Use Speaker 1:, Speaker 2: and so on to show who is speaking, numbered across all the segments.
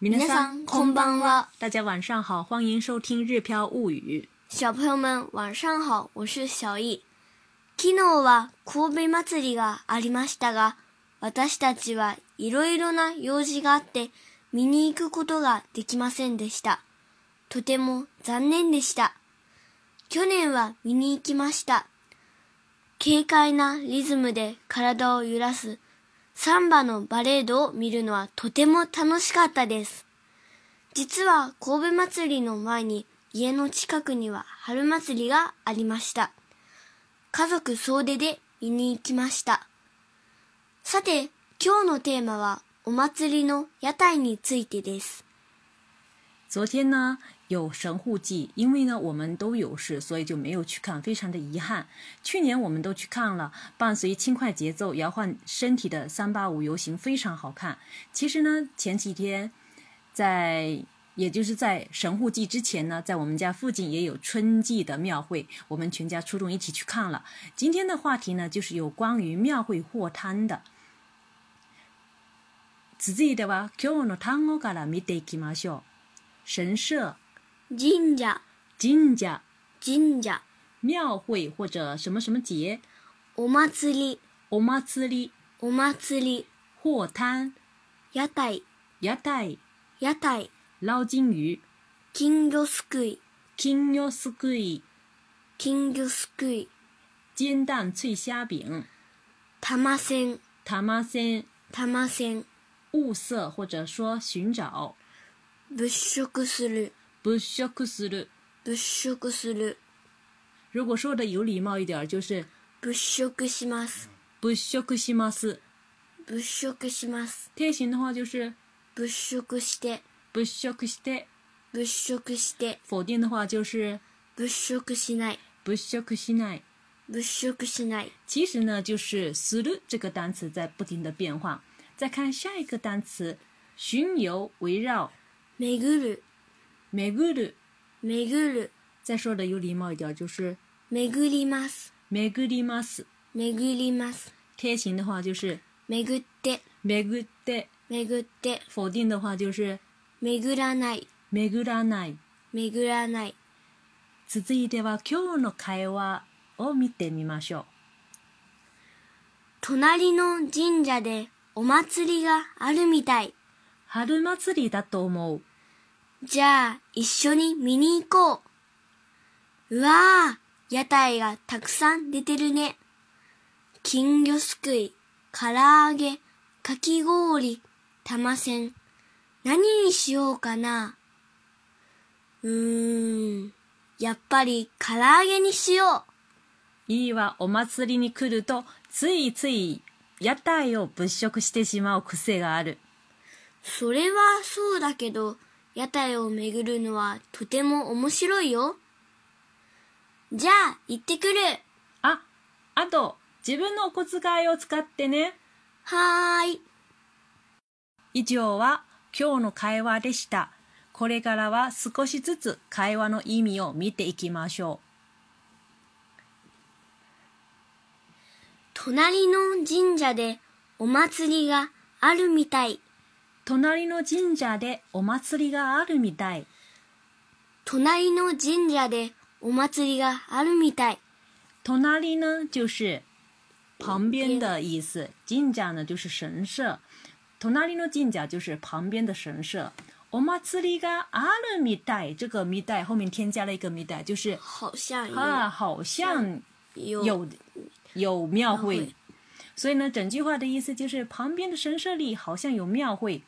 Speaker 1: 皆
Speaker 2: さんこんばんは。
Speaker 1: 大家晚上好，欢迎收听《日飘物语
Speaker 2: 小朋友们晚上好，我是小易。昨日は神戸祭りがありましたが、私たちはいろいろな用事があって見に行くことができませんでした。とても残念でした。去年は見に行きました。軽快なリズムで体を揺らすサンバのバレードを見るのはとても楽しかったです。実は神戸祭りの前に家の近くには春祭りがありました。家族総出で見に行きました。さて、今日のテーマはお祭りの屋台についてです。》。
Speaker 1: 昨天呢有神户祭，因为呢我们都有事，所以就没有去看，非常的遗憾。去年我们都去看了，伴随轻快节奏、摇晃身体的三八舞游行非常好看。其实呢前几天在。也就是在神户祭之前呢，在我们家附近也有春季的庙会，我们全家出动一起去看了。今天的话题呢，就是有关于庙会货摊的。続いては今日の単語から見ていきましょう。神社、
Speaker 2: 神社、
Speaker 1: 神社、
Speaker 2: 神社、
Speaker 1: 庙会或者什么什么节、
Speaker 2: お祭り、
Speaker 1: お祭り、
Speaker 2: お祭り、
Speaker 1: 货摊、
Speaker 2: 屋台、
Speaker 1: 屋台、
Speaker 2: 屋台、
Speaker 1: 捞金鱼、
Speaker 2: 金魚すくい、
Speaker 1: 金魚すくい、
Speaker 2: 金魚すくい、
Speaker 1: 煎蛋脆虾饼、
Speaker 2: 玉線、
Speaker 1: 玉線、
Speaker 2: 玉線、
Speaker 1: 物色或者说寻找、
Speaker 2: 物色する、
Speaker 1: 物色する。
Speaker 2: 物色する、
Speaker 1: 如果说的有礼貌一点儿，就是
Speaker 2: 物色します、
Speaker 1: 物色します。
Speaker 2: 物色します、
Speaker 1: 贴心的话就是
Speaker 2: 物色して、
Speaker 1: 物色して，
Speaker 2: 物色して、
Speaker 1: 否定的话就是
Speaker 2: 物色しない、
Speaker 1: 物色しない。
Speaker 2: 物色しない。
Speaker 1: 其实呢，就是“ t h r 这个单词在不停的变换。再看下一个单词，巡游、围绕、
Speaker 2: 巡る、
Speaker 1: めぐる。
Speaker 2: 巡る、
Speaker 1: 再说的有礼貌一点，就是
Speaker 2: 巡ります、
Speaker 1: めぐります。
Speaker 2: 巡ります。
Speaker 1: 贴心的话就是
Speaker 2: 巡って、
Speaker 1: めぐって，
Speaker 2: 巡って、
Speaker 1: 否定的话就是
Speaker 2: 巡らない、
Speaker 1: めぐらない。
Speaker 2: 巡らない。
Speaker 1: 続いては今日の会話を見てみましょう。
Speaker 2: 隣の神社でお祭りがあるみたい。
Speaker 1: 春祭りだと思う。
Speaker 2: じゃあ、一緒に見に行こう。うわー、屋台がたくさん出てるね。金魚すくい、唐揚げ、かき氷、玉せん。何にしようかな。うーん、やっぱり唐揚げにしよ
Speaker 1: いいわ、お祭りに来ると、ついつい屋台を物色してしまう癖がある。
Speaker 2: う。それはそうだけど、屋台を巡るのはとても面白いよ。じゃあ、行ってくる。
Speaker 1: あ、あと、自分のお小遣いを使ってね。
Speaker 2: はーい。
Speaker 1: 以上は今日の会話でした。これからは少しずつ会話の意味を見ていきましょ
Speaker 2: 隣の神社でお祭りがあるみたい。
Speaker 1: う。隣の神社でお祭りがあるみたい。
Speaker 2: 隣の神社でお祭りがあるみたい。
Speaker 1: 隣呢就是旁边的意思，神社呢就是神社，隣の神社就是旁边的神社。お祭りがあるみたい，这个みたい后面添加了一个みたい，就是
Speaker 2: 好像
Speaker 1: 啊，好像
Speaker 2: 有
Speaker 1: 有有庙
Speaker 2: 嗯庙
Speaker 1: 会
Speaker 2: 会，
Speaker 1: 所以呢，整句话的意思就是旁边的神社里好像有庙会。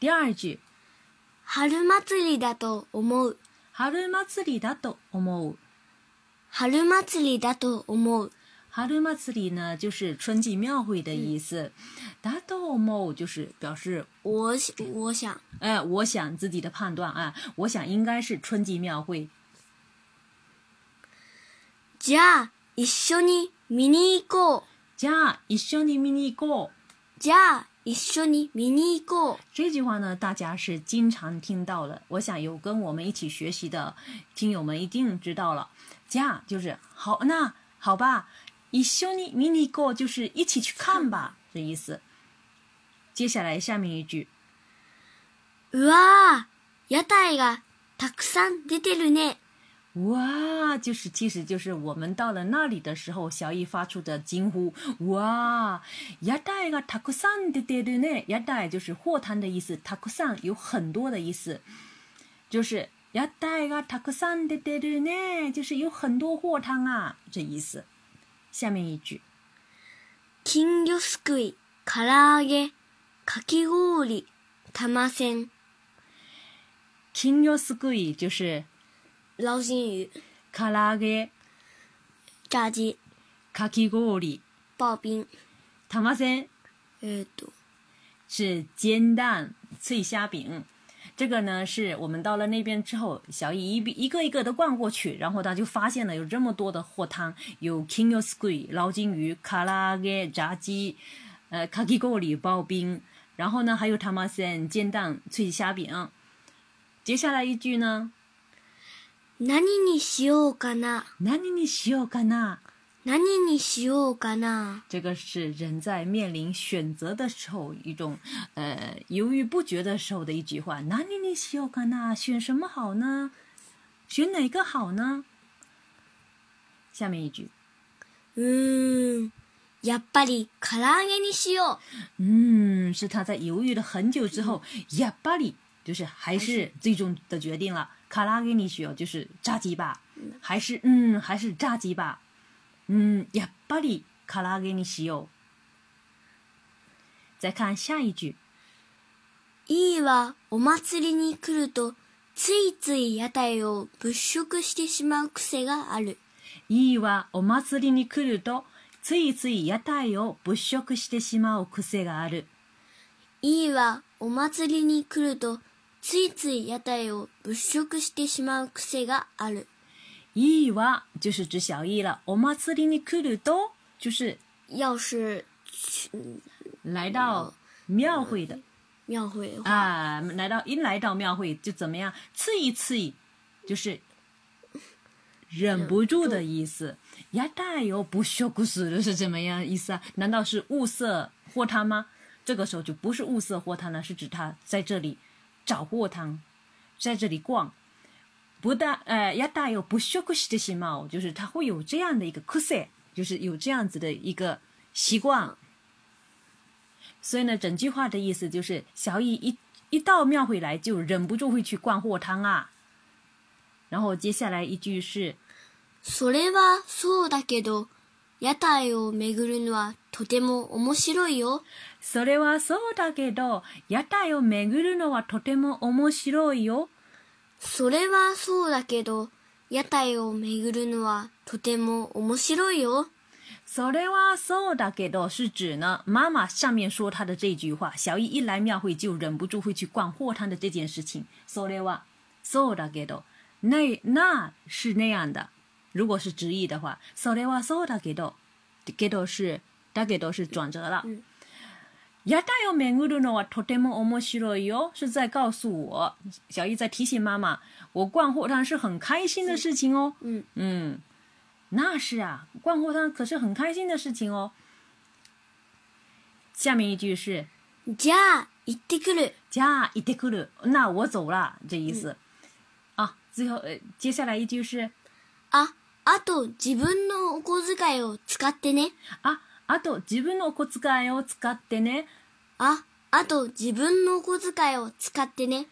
Speaker 1: 第二句，
Speaker 2: 春祭りだと思う。
Speaker 1: 春祭りだと思う。
Speaker 2: 春祭りだと思う。
Speaker 1: 春祭り呢，就是春季庙会的意思。だと思う就是表示，
Speaker 2: 我想我想
Speaker 1: 哎、我想自己的判断啊，我想应该是春季庙会。
Speaker 2: じゃあ一緒に見に行こう。
Speaker 1: じゃあ一緒に見に行こう。
Speaker 2: じゃあ一緒に見に行こう。
Speaker 1: 这句话呢，大家是经常听到的。我想有跟我们一起学习的听友们一定知道了。じゃあ就是好，那好吧，一緒に見に行こう就是一起去看吧的意思。接下来下面一句，
Speaker 2: うわー、屋台がたくさん出てるね。
Speaker 1: 哇，就是其实就是我们到了那里的时候，小易发出的惊呼。哇，屋台がたくさん出てるね。屋台就是货摊的意思，たくさん有很多的意思，就是屋台がたくさん出てるね，就是有很多货摊啊，这意思。下面一句，
Speaker 2: 金魚すくい、唐揚げ、かき氷、玉せん、
Speaker 1: 金魚すくい就是
Speaker 2: 老金鱼、
Speaker 1: 唐揚げ、
Speaker 2: 炸鸡、
Speaker 1: かき氷、
Speaker 2: 刨冰、
Speaker 1: 玉せん。
Speaker 2: えー、っと、
Speaker 1: 是煎蛋脆虾饼。这个呢，是我们到了那边之后，小易一一个一个的逛过去，然后他就发现了有这么多的货摊，有 King of Squid 捞金鱼、卡拉给炸鸡，呃 k a k i g o r i 刨冰，然后呢还有 tamasen 煎蛋脆虾饼。接下来一句呢，
Speaker 2: 何にしようかな。
Speaker 1: 何にしようかな？
Speaker 2: 何にしようかな。
Speaker 1: 这个是人在面临选择的时候一种，呃，犹豫不决的时候的一句话。哪里你喜欢看呐？选什么好呢？选哪个好呢？下面一句，
Speaker 2: うーん、やっぱり唐揚げにしよう。
Speaker 1: 嗯，是他在犹豫了很久之后，哑巴里就是还是最终的决定了。卡拉给你学就是炸鸡吧，还是嗯还是炸鸡吧，嗯，哑巴里卡拉给你学哦。再看下一句，
Speaker 2: いいわ、お祭りに来ると、ついつい屋台を物色してしまう癖がある。
Speaker 1: いいわお祭りに来るとついつい屋台を物色してしまう癖がある。
Speaker 2: いいわ、お祭りに来ると、ついつい屋台を物色してしまう癖がある。
Speaker 1: いいわ就是指小意了，お祭りに来ると就是
Speaker 2: 要是
Speaker 1: 来到庙会的。
Speaker 2: 庙会的话，
Speaker 1: 啊，来到一来到庙会就怎么样，刺一刺一，就是忍不住的意思。呀，大有不羞不死是怎么样意思啊？难道是物色货摊吗？这个时候就不是物色货摊了，是指他在这里找货摊，在这里逛。不但呃，や大有不羞不死的心嘛，就是他会有这样的一个 c u 就是有这样子的一个习惯。所以呢，整句话的意思就是，小易一一到庙会来，就忍不住会去逛货摊啊。然后接下来一句是
Speaker 2: それはそうだけど、屋台を巡るのはとても面白いよ。
Speaker 1: “それはそうだけど、屋台を巡るのはとても面白いよ。
Speaker 2: それはそうだけど、屋台を巡るのはとても面白いよ。
Speaker 1: それはそうだけど是指呢，妈妈上面说她的这句话，小易一来庙会就忍不住会去逛货摊的这件事情。それはそうだけど，那那是那样的。如果是直译的话，それはそうだけど，けど是だけど是转折了。やだよめぐるのはとても面白いよ，是在告诉我，小易在提醒妈妈，我逛货摊是很开心的事情哦。
Speaker 2: 嗯
Speaker 1: 嗯。那是啊，逛货摊可是很开心的事情哦。下面一句是
Speaker 2: じゃあ、行ってくる。
Speaker 1: “じゃあ行ってくる”，那我走了这意思。啊，最后呃，接下来一句是
Speaker 2: あ、あと自分のお小遣いを使ってね。
Speaker 1: “啊，あと自分のお小遣いを使ってね
Speaker 2: あ、あと自分のお小遣いを使ってね。”。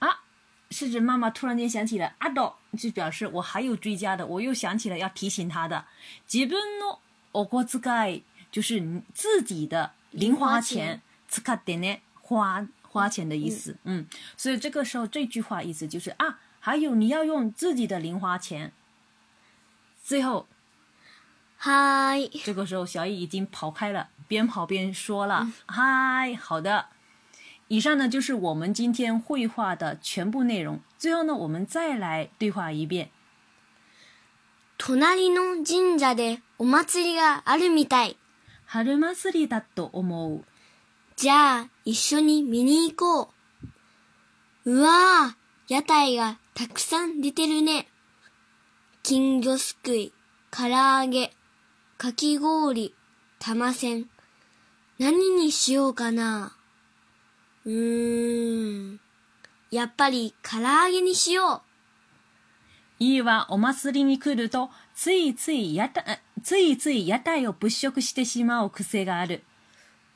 Speaker 1: 啊，是指妈妈突然间想起了“あと”，就表示我还有追加的，我又想起了要提醒她的。自分のお小遣い就是你自己的零花钱，使ってね，花花钱的意思。嗯，所以这个时候这句话意思就是啊，还有你要用自己的零花钱。最后
Speaker 2: はーい。
Speaker 1: 这个时候，小易已经跑开了，边跑边说了：“嗨，好的。”以上呢就是我们今天绘画的全部内容。最后呢，我们再来对话一遍。
Speaker 2: 隣の神社でお祭りがあるみたい。
Speaker 1: 春祭りだと思う。
Speaker 2: じゃあ、一緒に見に行こう。うわぁ、屋台がたくさん出てるね。金魚すくい、唐揚げ、かき氷、玉せん。何にしようかな。うーん。やっぱり唐揚げにしよう。
Speaker 1: 家はお祭りに来ると、ついつい屋台、ついつい屋台を物色してしまう癖がある。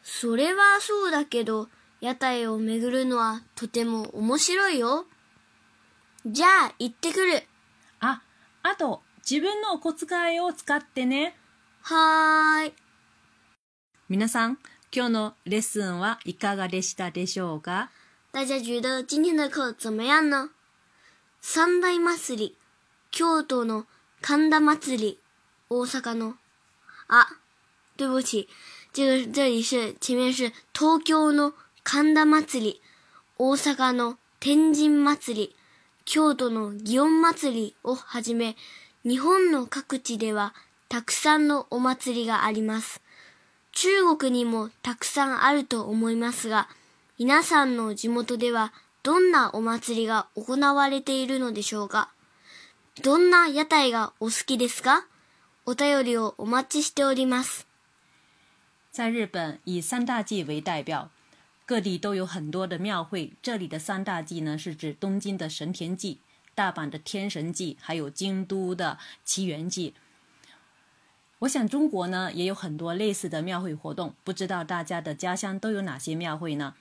Speaker 2: それはそうだけど、屋台を巡るのはとても面白いよ。じゃあ、行ってくる。
Speaker 1: あ、あと、自分のお小遣いを使ってね。
Speaker 2: はーい。
Speaker 1: 皆さん、今日のレッスンはいかがでしたでしょうか
Speaker 2: 大家觉得今天的课怎么样呢？三大祭り、京都の神田祭り、大阪の…啊，对不起，这个这里是前面是東京の神田祭り、大阪の天神祭り、京都の祇園祭りをはじめ、日本の各地ではたくさんのお祭りがあります。中国にもたくさんあると思いますが、皆さんの地元ではどんなお祭りが行われているのでしょうかどんな屋台がお好きですかお便りをお待ちしております。
Speaker 1: 在日本，以三大祭为代表，各地都有很多的庙会。这里的三大祭呢，是指东京的神田祭、大阪的天神祭，还有京都的祇园祭。我想中国呢也有很多类似的庙会活动，不知道大家的家乡都有哪些庙会呢？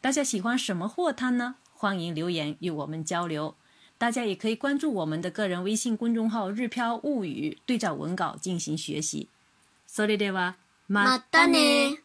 Speaker 1: 大家喜欢什么货摊呢？欢迎留言与我们交流。大家也可以关注我们的个人微信公众号“日飘物语”，对照文稿进行学习。それでは
Speaker 2: またね